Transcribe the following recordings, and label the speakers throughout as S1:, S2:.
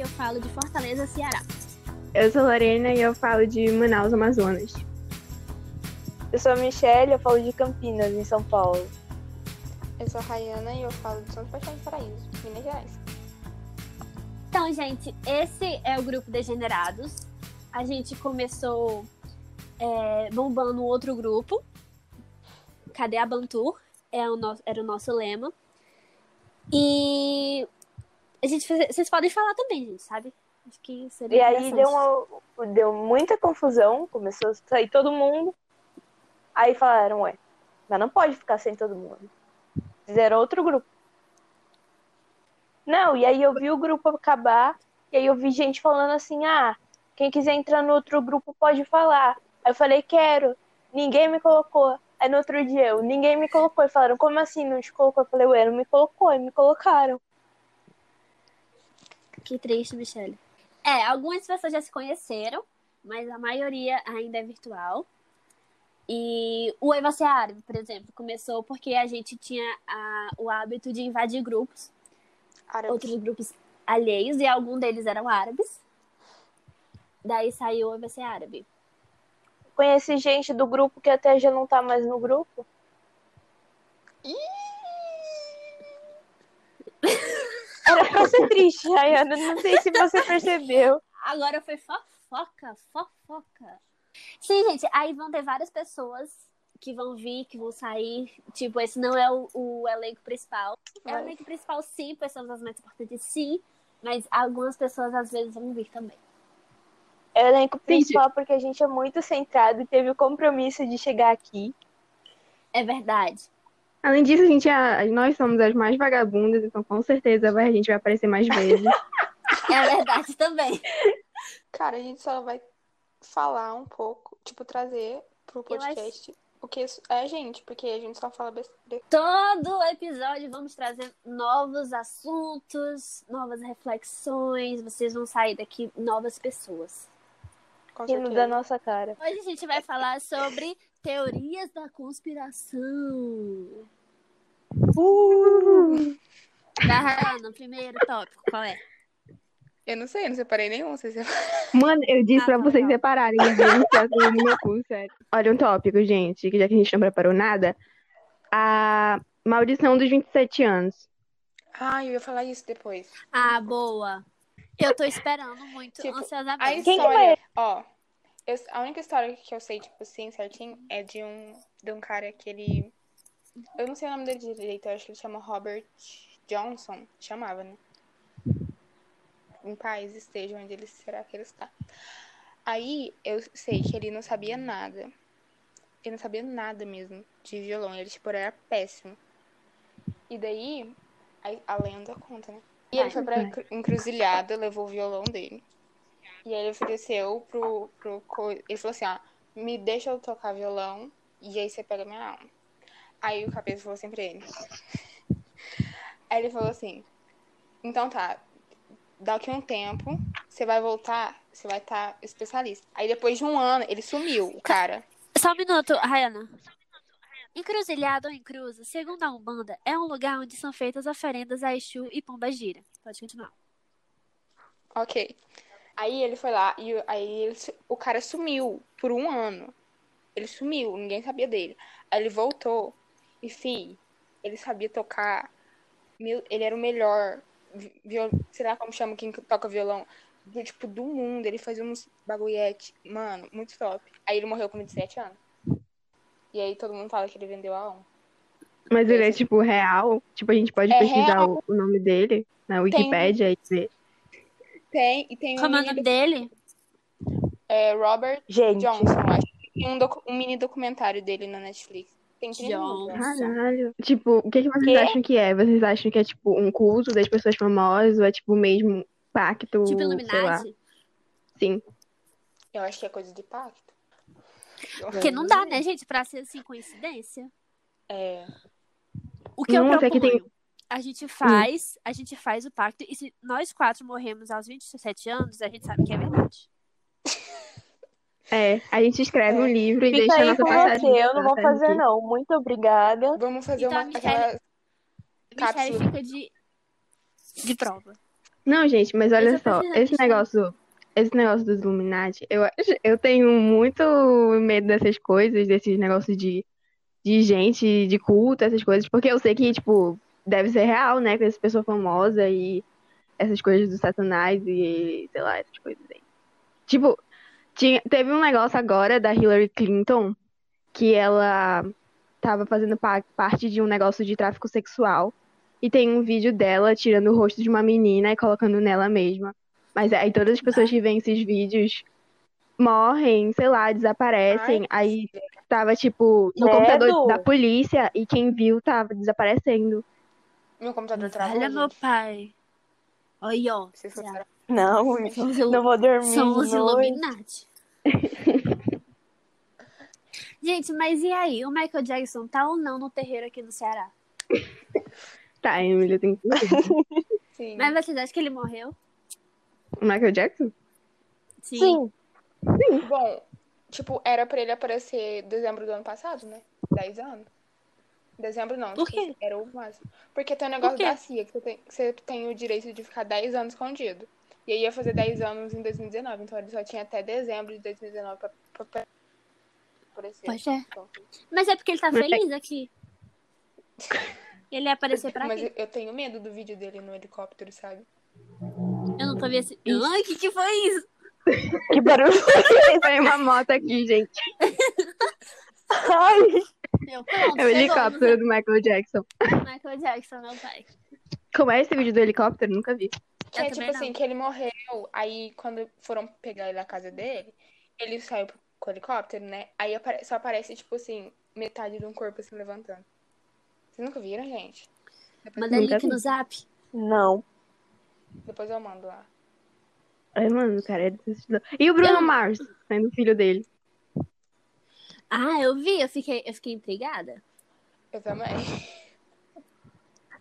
S1: é falo de Fortaleza, Ceará.
S2: Eu sou Lorena e eu falo de Manaus, Amazonas.
S3: Eu sou a Michelle, eu falo de Campinas, em São Paulo.
S4: Eu sou a Rayana e eu falo de São Sebastião dos Paraíso, Minas Gerais.
S1: Então, gente, esse é o grupo Degenerados. A gente começou é, bombando um outro grupo. Cadê a Bantur? É o nosso, era o nosso lema. E a gente, vocês podem falar também, gente, sabe? Acho que seria
S3: E aí deu, uma- deu muita confusão, começou a sair todo mundo. Aí falaram, ué, mas não pode ficar sem todo mundo. Fizeram outro grupo. Não, e aí eu vi o grupo acabar, e aí eu vi gente falando assim, ah, quem quiser entrar no outro grupo pode falar. Aí eu falei, quero. Ninguém me colocou. Aí no outro dia eu, ninguém me colocou. E falaram, como assim não te colocou? Eu falei, ué, não me colocou, e me colocaram.
S1: Que triste, Michelle. É, algumas pessoas já se conheceram, mas a maioria ainda é virtual. E o Eva Seara, por exemplo, começou porque a gente tinha a- o hábito de invadir grupos,
S4: Árabes.
S1: outros grupos alheios, e algum deles eram árabes. Daí saiu o Eva Seara. árabe.
S3: Conheci gente do grupo que até já não tá mais no grupo. Era pra ser triste, Rayana. Não sei se você percebeu.
S1: Agora foi fofoca, fofoca. Sim, gente, aí vão ter várias pessoas que vão vir, que vão sair. Tipo, esse não é o, o elenco principal. É o
S4: Vai.
S1: elenco principal, sim, pessoas as mais importantes, sim. Mas algumas pessoas às vezes vão vir também.
S3: É o elenco principal porque a gente é muito centrado e teve o compromisso de chegar aqui.
S1: É verdade.
S2: Além disso, a gente é- nós somos as mais vagabundas, então com certeza vai- a gente vai aparecer mais vezes.
S1: É verdade também.
S4: Cara, a gente só vai falar um pouco, tipo, trazer pro
S1: Eu acho-
S4: podcast o que isso- é a gente, porque a gente só fala besteira.
S1: Todo episódio vamos trazer novos assuntos, novas reflexões. Vocês vão sair daqui novas pessoas.
S4: Com
S3: Rindo
S4: certeza.
S3: da nossa cara.
S1: Hoje a gente vai falar sobre teorias da conspiração.
S4: Uh!
S1: Vai, Rayana, primeiro tópico, qual é?
S4: Eu não sei, eu não separei nenhum, vocês separam.
S2: Mano, eu disse
S1: Ah,
S2: pra
S1: tá
S2: vocês
S1: legal.
S2: separarem os dois pra tudo no meu cu, sério. Olha um tópico, gente, que já que a gente não preparou nada. A maldição dos 27 anos.
S4: Ah, eu ia falar isso depois.
S1: Ah, boa. Eu tô esperando muito,
S4: Tipo, A
S1: ansiosamente.
S3: Quem que
S4: história, ó, eu- a única história que eu sei, tipo, sim, certinho, é de um, de um cara que ele, eu não sei o nome dele direito, eu acho que ele chama Robert Johnson, chamava, né? Em paz esteja onde ele será que ele está. Aí eu sei que ele não sabia nada, ele não sabia nada mesmo de violão, ele, tipo, era péssimo. E daí, a, a lenda conta, né? E ele foi pra encru- encruzilhada, levou o violão dele. E aí ele ofereceu pro, pro. co- Ele falou assim: ó, me deixa eu tocar violão e aí você pega minha alma. Aí o capeta falou assim pra ele. Aí ele falou assim: então tá, daqui um tempo você vai voltar, você vai estar especialista. Aí depois de um ano ele sumiu, o cara.
S1: Só um minuto, Rayana. Encruzilhado ou encruza, segundo a Umbanda, é um lugar onde são feitas oferendas a Exu e Pomba Gira. Pode continuar.
S4: Ok. Aí ele foi lá e o- aí ele su- o cara sumiu por um ano. Ele sumiu, ninguém sabia dele. Aí ele voltou e, fim, ele sabia tocar. Meu, ele era o melhor, vi- viol, sei lá como chama quem toca violão, do, tipo, do mundo. Ele fazia uns bagulhete, mano, muito top. Aí ele morreu com 27 anos. E aí todo mundo fala que ele vendeu a alma.
S2: Mas ele é, tipo, real. Tipo, a gente pode
S4: É
S2: pesquisar
S4: real.
S2: o, o nome dele na Wikipédia e dizer.
S4: Tem, e tem um
S1: Como é o
S4: menino,
S1: nome dele?
S4: é, Robert
S3: Gente,
S4: Johnson, acho. Tem um, docu- um mini documentário dele na Netflix. Tem três
S1: Johnson.
S4: minutos.
S2: Caralho. Tipo, o que, que vocês
S3: Quê?
S2: acham que é? Vocês acham que é, tipo, um culto das pessoas famosas? Ou é, tipo, mesmo pacto,
S1: Tipo
S2: Hum, sei lá?
S1: Illuminati?
S2: Sim.
S4: Eu acho que é coisa de pacto.
S1: Porque não dá, né, gente, pra ser assim coincidência.
S4: É.
S1: O que eu
S2: Nossa, é que
S1: proponho?
S2: tem- Hum.
S1: A gente faz, a gente faz o pacto e se nós quatro morremos aos 27 anos, a gente sabe que é verdade.
S2: É, a gente escreve um livro e
S3: fica
S2: deixa a
S3: aí
S2: nossa
S3: com
S2: passagem.
S3: você. Eu não vou
S2: passagem
S3: fazer,
S2: aqui.
S3: não. Muito obrigada.
S4: Vamos fazer
S1: Então,
S4: uma
S1: Michele-
S4: aquela
S1: Michelle
S4: Cápsula.
S1: fica de de prova.
S2: Não, gente, mas olha
S1: Esse é
S2: só,
S1: fascinante,
S2: esse
S1: né?
S2: negócio, esse negócio dos Illuminati, eu, acho- eu tenho muito medo dessas coisas, desses negócios de, de gente, de culto, essas coisas, porque eu sei que, tipo, deve ser real, né, com essa pessoa famosa e essas coisas do Satanás e, sei lá, essas coisas aí. Tipo, tinha, teve um negócio agora da Hillary Clinton, que ela tava fazendo pa- parte de um negócio de tráfico sexual. E tem um vídeo dela tirando o rosto de uma menina e colocando nela mesma. Mas é, aí todas as pessoas que veem esses vídeos morrem, sei lá, desaparecem. Aí tava, tipo, no
S3: Credo!
S2: computador da polícia e quem viu tava desaparecendo.
S4: Meu computador travou.
S1: Olha, meu
S4: gente.
S1: pai. Olha, ó.
S4: Vocês conseguiram-
S3: Não,
S1: São os,
S3: não
S1: ilu-
S3: vou dormir.
S1: são os
S3: de noite.
S1: Illuminati. Gente, mas e aí? O Michael Jackson tá ou não no terreiro aqui no Ceará?
S2: Tá, Emília, tem que.
S4: Sim.
S1: Mas vocês acham que ele morreu?
S2: O Michael Jackson?
S3: Sim.
S4: Bom, tipo, era pra ele aparecer dezembro do ano passado, né? Dez anos. Dezembro não,
S1: Por
S4: tipo,
S1: quê?
S4: era o máximo. Porque tem um negócio
S1: quê?
S4: da CIA, que você, tem, que você tem o direito de ficar 10 anos escondido. E aí ia fazer 10 anos em 2019, então ele só tinha até dezembro de 2019 pra, pra, pra aparecer.
S1: Pois é.
S4: Então,
S1: Mas é porque ele tá
S2: Mas é-
S1: feliz aqui. Ele ia aparecer pra
S4: Mas
S1: quê?
S4: eu- eu tenho medo do vídeo dele no helicóptero, sabe?
S1: Eu não tô vendo esse... Ai, que que foi isso?
S3: Que barulho.
S2: Tem uma moto aqui, gente.
S3: Ai,
S1: Eu, pronto,
S2: É o
S1: chegou,
S2: helicóptero do Michael Jackson.
S1: não sei, Michael Jackson, meu pai.
S2: Como é esse vídeo do helicóptero? Nunca vi.
S4: Que
S1: Eu
S4: é tipo
S1: também não.
S4: assim, que ele morreu, aí quando foram pegar ele na casa dele, ele saiu pro- com o helicóptero, né? Aí apare- só aparece, tipo assim, metade de um corpo assim levantando. Vocês nunca viram, gente? Depois,
S1: Manda
S2: Nunca
S1: link
S2: vi.
S1: no zap.
S3: não.
S4: depois eu mando lá.
S2: Ai, mano, o cara é desesperado. E o Bruno
S1: Eu-
S2: Mars, sendo o filho dele.
S1: Ah, eu vi, eu fiquei, eu fiquei intrigada.
S4: Eu também.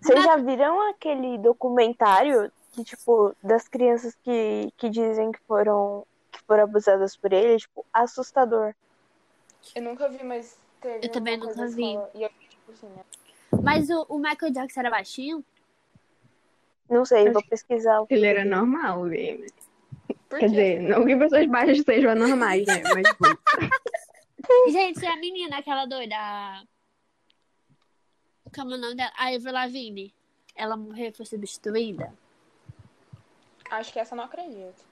S3: Vocês já viram aquele documentário que, tipo, das crianças que, que dizem que foram, que foram abusadas por ele? Tipo, assustador.
S4: Eu nunca vi, mas teve
S1: Eu também
S4: uma coisa
S1: nunca
S4: que
S1: vi.
S4: falou- E eu fiquei, tipo assim, né?
S1: Mas o, o Michael Jackson era baixinho?
S3: Não sei, vou pesquisar.
S2: Ele era normal, velho.
S4: Por
S2: Quer
S4: quê?
S2: dizer, não que pessoas baixas sejam anormais, né? Mas, tipo,
S1: Gente, a menina, aquela doida. a- Como é o nome dela? A Avril Lavigne. Ela morreu e foi substituída.
S4: Acho que essa eu não acredito.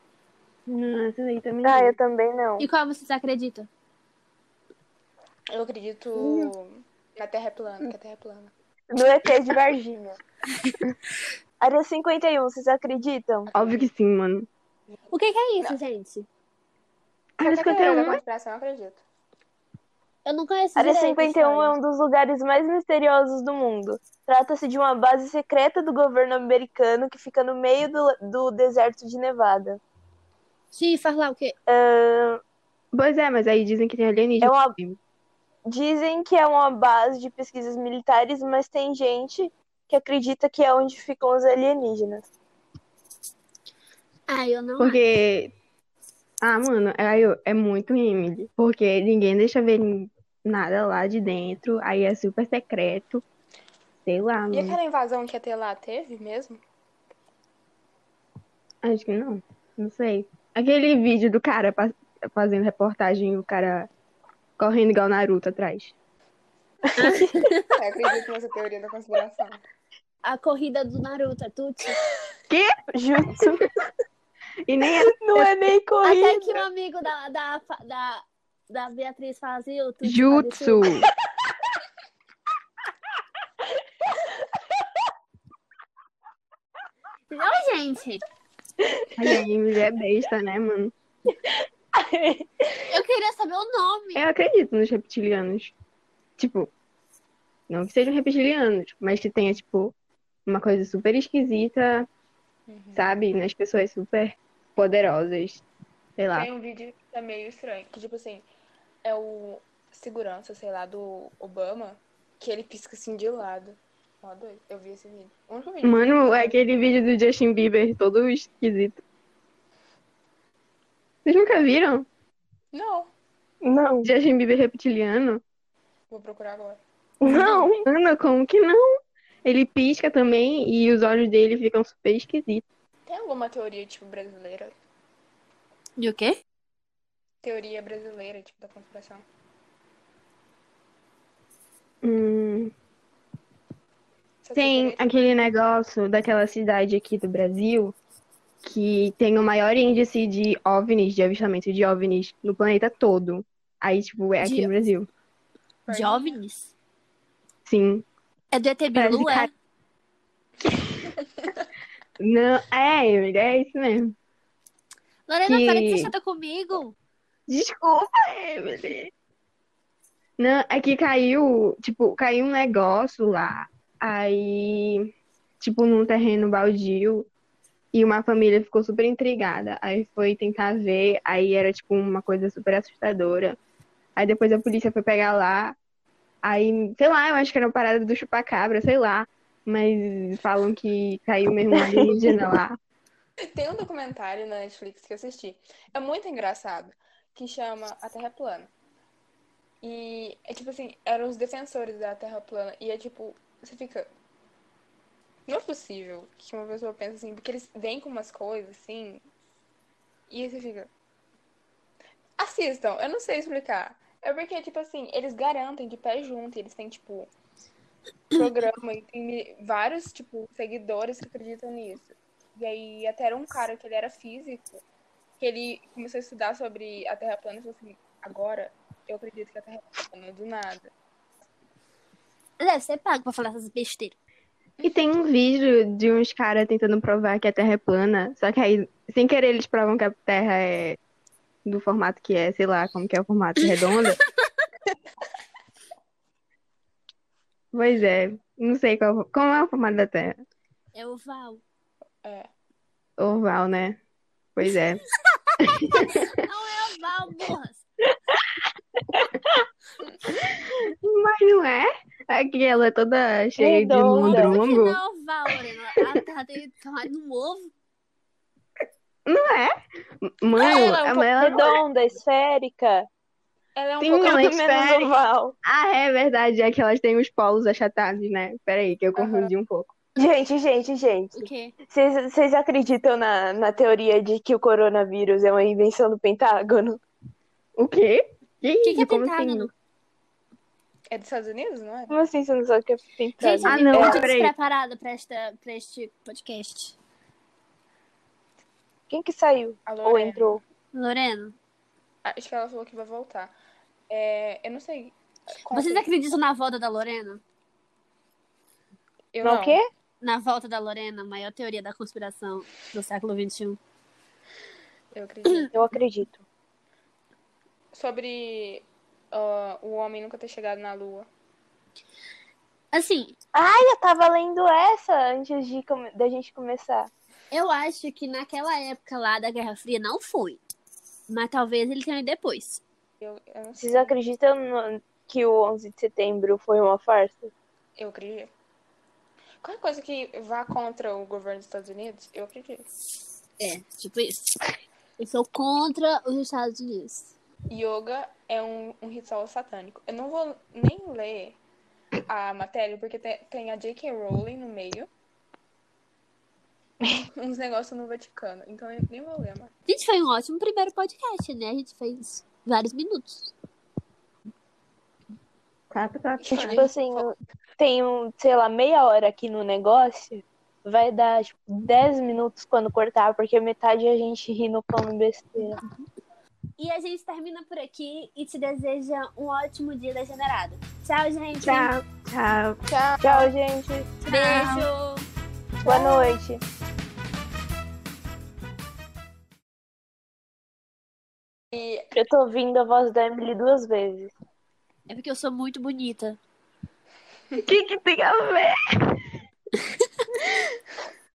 S2: não, hum, essa daí também é
S3: Ah,
S2: não.
S3: eu também não.
S1: E qual vocês acreditam?
S4: Eu acredito na Terra é plana, que a Terra é plana.
S3: No ET é de Varginha. Área 51, vocês acreditam?
S2: Óbvio que sim, mano.
S1: O que, que é isso, gente?
S2: Ah,
S4: Até a teoria da
S2: 51
S4: conspiração, é, eu acredito.
S1: Eu não conheço
S3: Área
S1: direito a
S3: 51 é
S1: história.
S3: um dos lugares mais misteriosos do mundo. Trata-se de uma base secreta do governo americano que fica no meio do, do deserto de Nevada.
S1: Sim, faz lá o quê?
S2: Pois é, mas aí dizem que tem alienígena.
S3: É uma- Dizem que é uma base de pesquisas militares, mas tem gente que acredita que é onde ficam os alienígenas.
S1: Ah, eu não.
S2: Porque. Ah, mano, é, eu- é muito Emily. Porque ninguém deixa ver nin- nada lá de dentro. Aí é super secreto. Sei lá,
S4: E
S2: mano.
S4: aquela invasão que ia ter lá, teve mesmo?
S2: Acho que não. Não sei. Aquele vídeo do cara pa- fazendo reportagem, o cara correndo igual Naruto atrás.
S4: Eu acredito nessa teoria da conspiração.
S1: A corrida do Naruto, é Tuti.
S3: Justo,
S2: E nem era
S3: não é nem
S1: Até
S3: corrida.
S1: que um amigo da, da, da, da Beatriz fazia o Tuti.
S2: Jutsu.
S1: parecia- Não, gente.
S2: Ai, a Emily é besta, né, mano?
S1: Eu queria saber o nome.
S2: Eu acredito nos reptilianos. Tipo, não que sejam reptilianos, mas que tenha, tipo, uma coisa super esquisita, sabe? Nas pessoas super poderosas. Sei lá.
S4: Tem um vídeo que é meio estranho, que tipo assim, é o segurança, sei lá, do Obama, que ele pisca assim de lado. Ó, doido, eu vi esse vídeo. O único vídeo.
S2: Mano, é aquele vídeo do Justin Bieber todo esquisito. Vocês nunca viram?
S4: Não,
S3: Não,
S2: Justin Bieber reptiliano?
S4: vou procurar agora.
S3: não.
S2: Mano, como que não? Ele pisca também e os olhos dele ficam super esquisitos.
S4: Tem alguma teoria, tipo, brasileira?
S1: De o quê?
S4: Teoria brasileira, tipo, da conspiração?
S2: Hum,
S4: Só
S2: tem
S4: sei que-
S2: aquele negócio daquela cidade aqui do Brasil que tem o maior índice de OVNIs, de avistamento de OVNIs no planeta todo. Aí, tipo, é aqui
S1: De-
S2: no Brasil.
S1: Jovens?
S2: Sim.
S1: É do ET
S2: Parece
S1: Bilu, é?
S2: cara- Não, é, Emily, é isso mesmo.
S1: Lorena,
S2: que-
S1: para de ser chata comigo.
S2: Desculpa, Emily. Não, é que caiu, tipo, caiu um negócio lá. Aí, tipo, num terreno baldio. E uma família ficou super intrigada. Aí foi tentar ver. Aí era, tipo, uma coisa super assustadora. Aí depois a polícia foi pegar lá. Aí, sei lá, eu acho que era uma parada do chupacabra, sei lá. Mas falam que caiu mesmo um alienígena lá.
S4: Tem um documentário na Netflix que eu assisti. É muito engraçado. Que chama A Terra Plana. E é tipo assim, eram os defensores da Terra Plana. E é tipo, você fica. Não é possível que uma pessoa pense assim, porque eles vêm com umas coisas assim. E aí você fica. Assistam, eu não sei explicar. É porque, tipo assim, eles garantem de pé junto, e eles têm, tipo, programa e tem mi- vários, tipo, seguidores que acreditam nisso. E aí até era um cara que ele era físico, que ele começou a estudar sobre a Terra plana e falou assim, agora eu acredito que a Terra é plana, do nada.
S1: Deve ser é pago pra falar essas besteiras.
S2: E tem um vídeo de uns caras tentando provar que a Terra é plana, só que aí, sem querer, eles provam que a Terra é do formato que é, sei lá, como que é o formato redonda. Pois é, não sei qual, como é o formato da Terra.
S1: É o Val.
S4: É.
S2: Oval, né? Pois é.
S1: É o Val, burras.
S2: Mas não é? Aqui ela é toda cheia de
S3: Redonda.
S1: Por que
S2: lombrombo.
S1: não é o Val, Lorena? A Terra tem tomado um ovo.
S2: Não é? Mano,
S4: Ela é um
S2: a
S3: né?
S2: mãe-
S3: Redonda, esférica.
S4: Ela é um
S2: Sim,
S4: pouco...
S2: ela é
S3: Muito menos
S2: esférica.
S3: oval.
S2: Ah, é verdade, é que elas têm os polos achatados, né? Peraí, que eu confundi um pouco.
S3: Gente, gente, gente.
S1: O quê?
S3: Vocês vocês acreditam na, na teoria de que o coronavírus é uma invenção do Pentágono?
S2: O quê? Que
S1: O que,
S2: isso?
S1: que é
S2: Como
S1: pentágono?
S2: assim?
S4: É dos Estados Unidos, não é?
S3: Como assim você não sabe o que é
S1: Gente,
S3: Pentágono?
S2: Ah,
S1: eu
S2: não,
S1: tô muito
S2: peraí.
S1: despreparada pra, esta, pra este podcast.
S3: Quem que saiu?
S4: Alô,
S3: Ou entrou?
S1: Lorena,
S4: Acho que ela falou que vai voltar. É, eu não sei. Como
S1: vocês
S4: que-
S1: acreditam na volta da Lorena?
S4: Eu
S3: Não, o quê?
S1: Na volta da Lorena, a maior teoria da conspiração do século um. XXI.
S4: Eu acredito.
S3: Eu acredito.
S4: Sobre ah, o homem nunca ter chegado na lua.
S1: Assim,
S3: Eu tava lendo essa antes de come- da gente começar.
S1: Eu acho que naquela época lá da Guerra Fria não foi. Mas talvez ele tenha ido depois.
S4: Eu, eu não sei.
S3: Vocês acreditam no- que o 11 de setembro foi uma farsa?
S4: Eu acredito. Qualquer coisa que vá contra o governo dos Estados Unidos, eu acredito.
S1: É, tipo isso. Eu sou contra os Estados Unidos.
S4: Yoga é um, um ritual satânico. Eu não vou nem ler a matéria, porque te- tem, a J.K. Rowling no meio. Uns negócios no Vaticano. Então eu nem vou ler a matéria.
S1: Gente, foi um ótimo primeiro podcast, né? A gente fez vários minutos.
S2: Clap, clap,
S4: Gente,
S2: clap.
S3: Tipo assim, tem, um, sei lá, meia hora aqui no negócio, vai dar tipo, 10 minutos quando cortar, porque metade a gente ri no pão besteira.
S1: E a gente termina por aqui e te deseja um ótimo dia degenerado. Tchau, gente.
S2: Tchau, tchau.
S3: Tchau, gente.
S1: Beijo.
S3: Boa noite.
S4: E
S3: Eu tô ouvindo a voz da Emily duas vezes.
S1: É porque eu sou muito bonita.
S2: O que que tem a ver?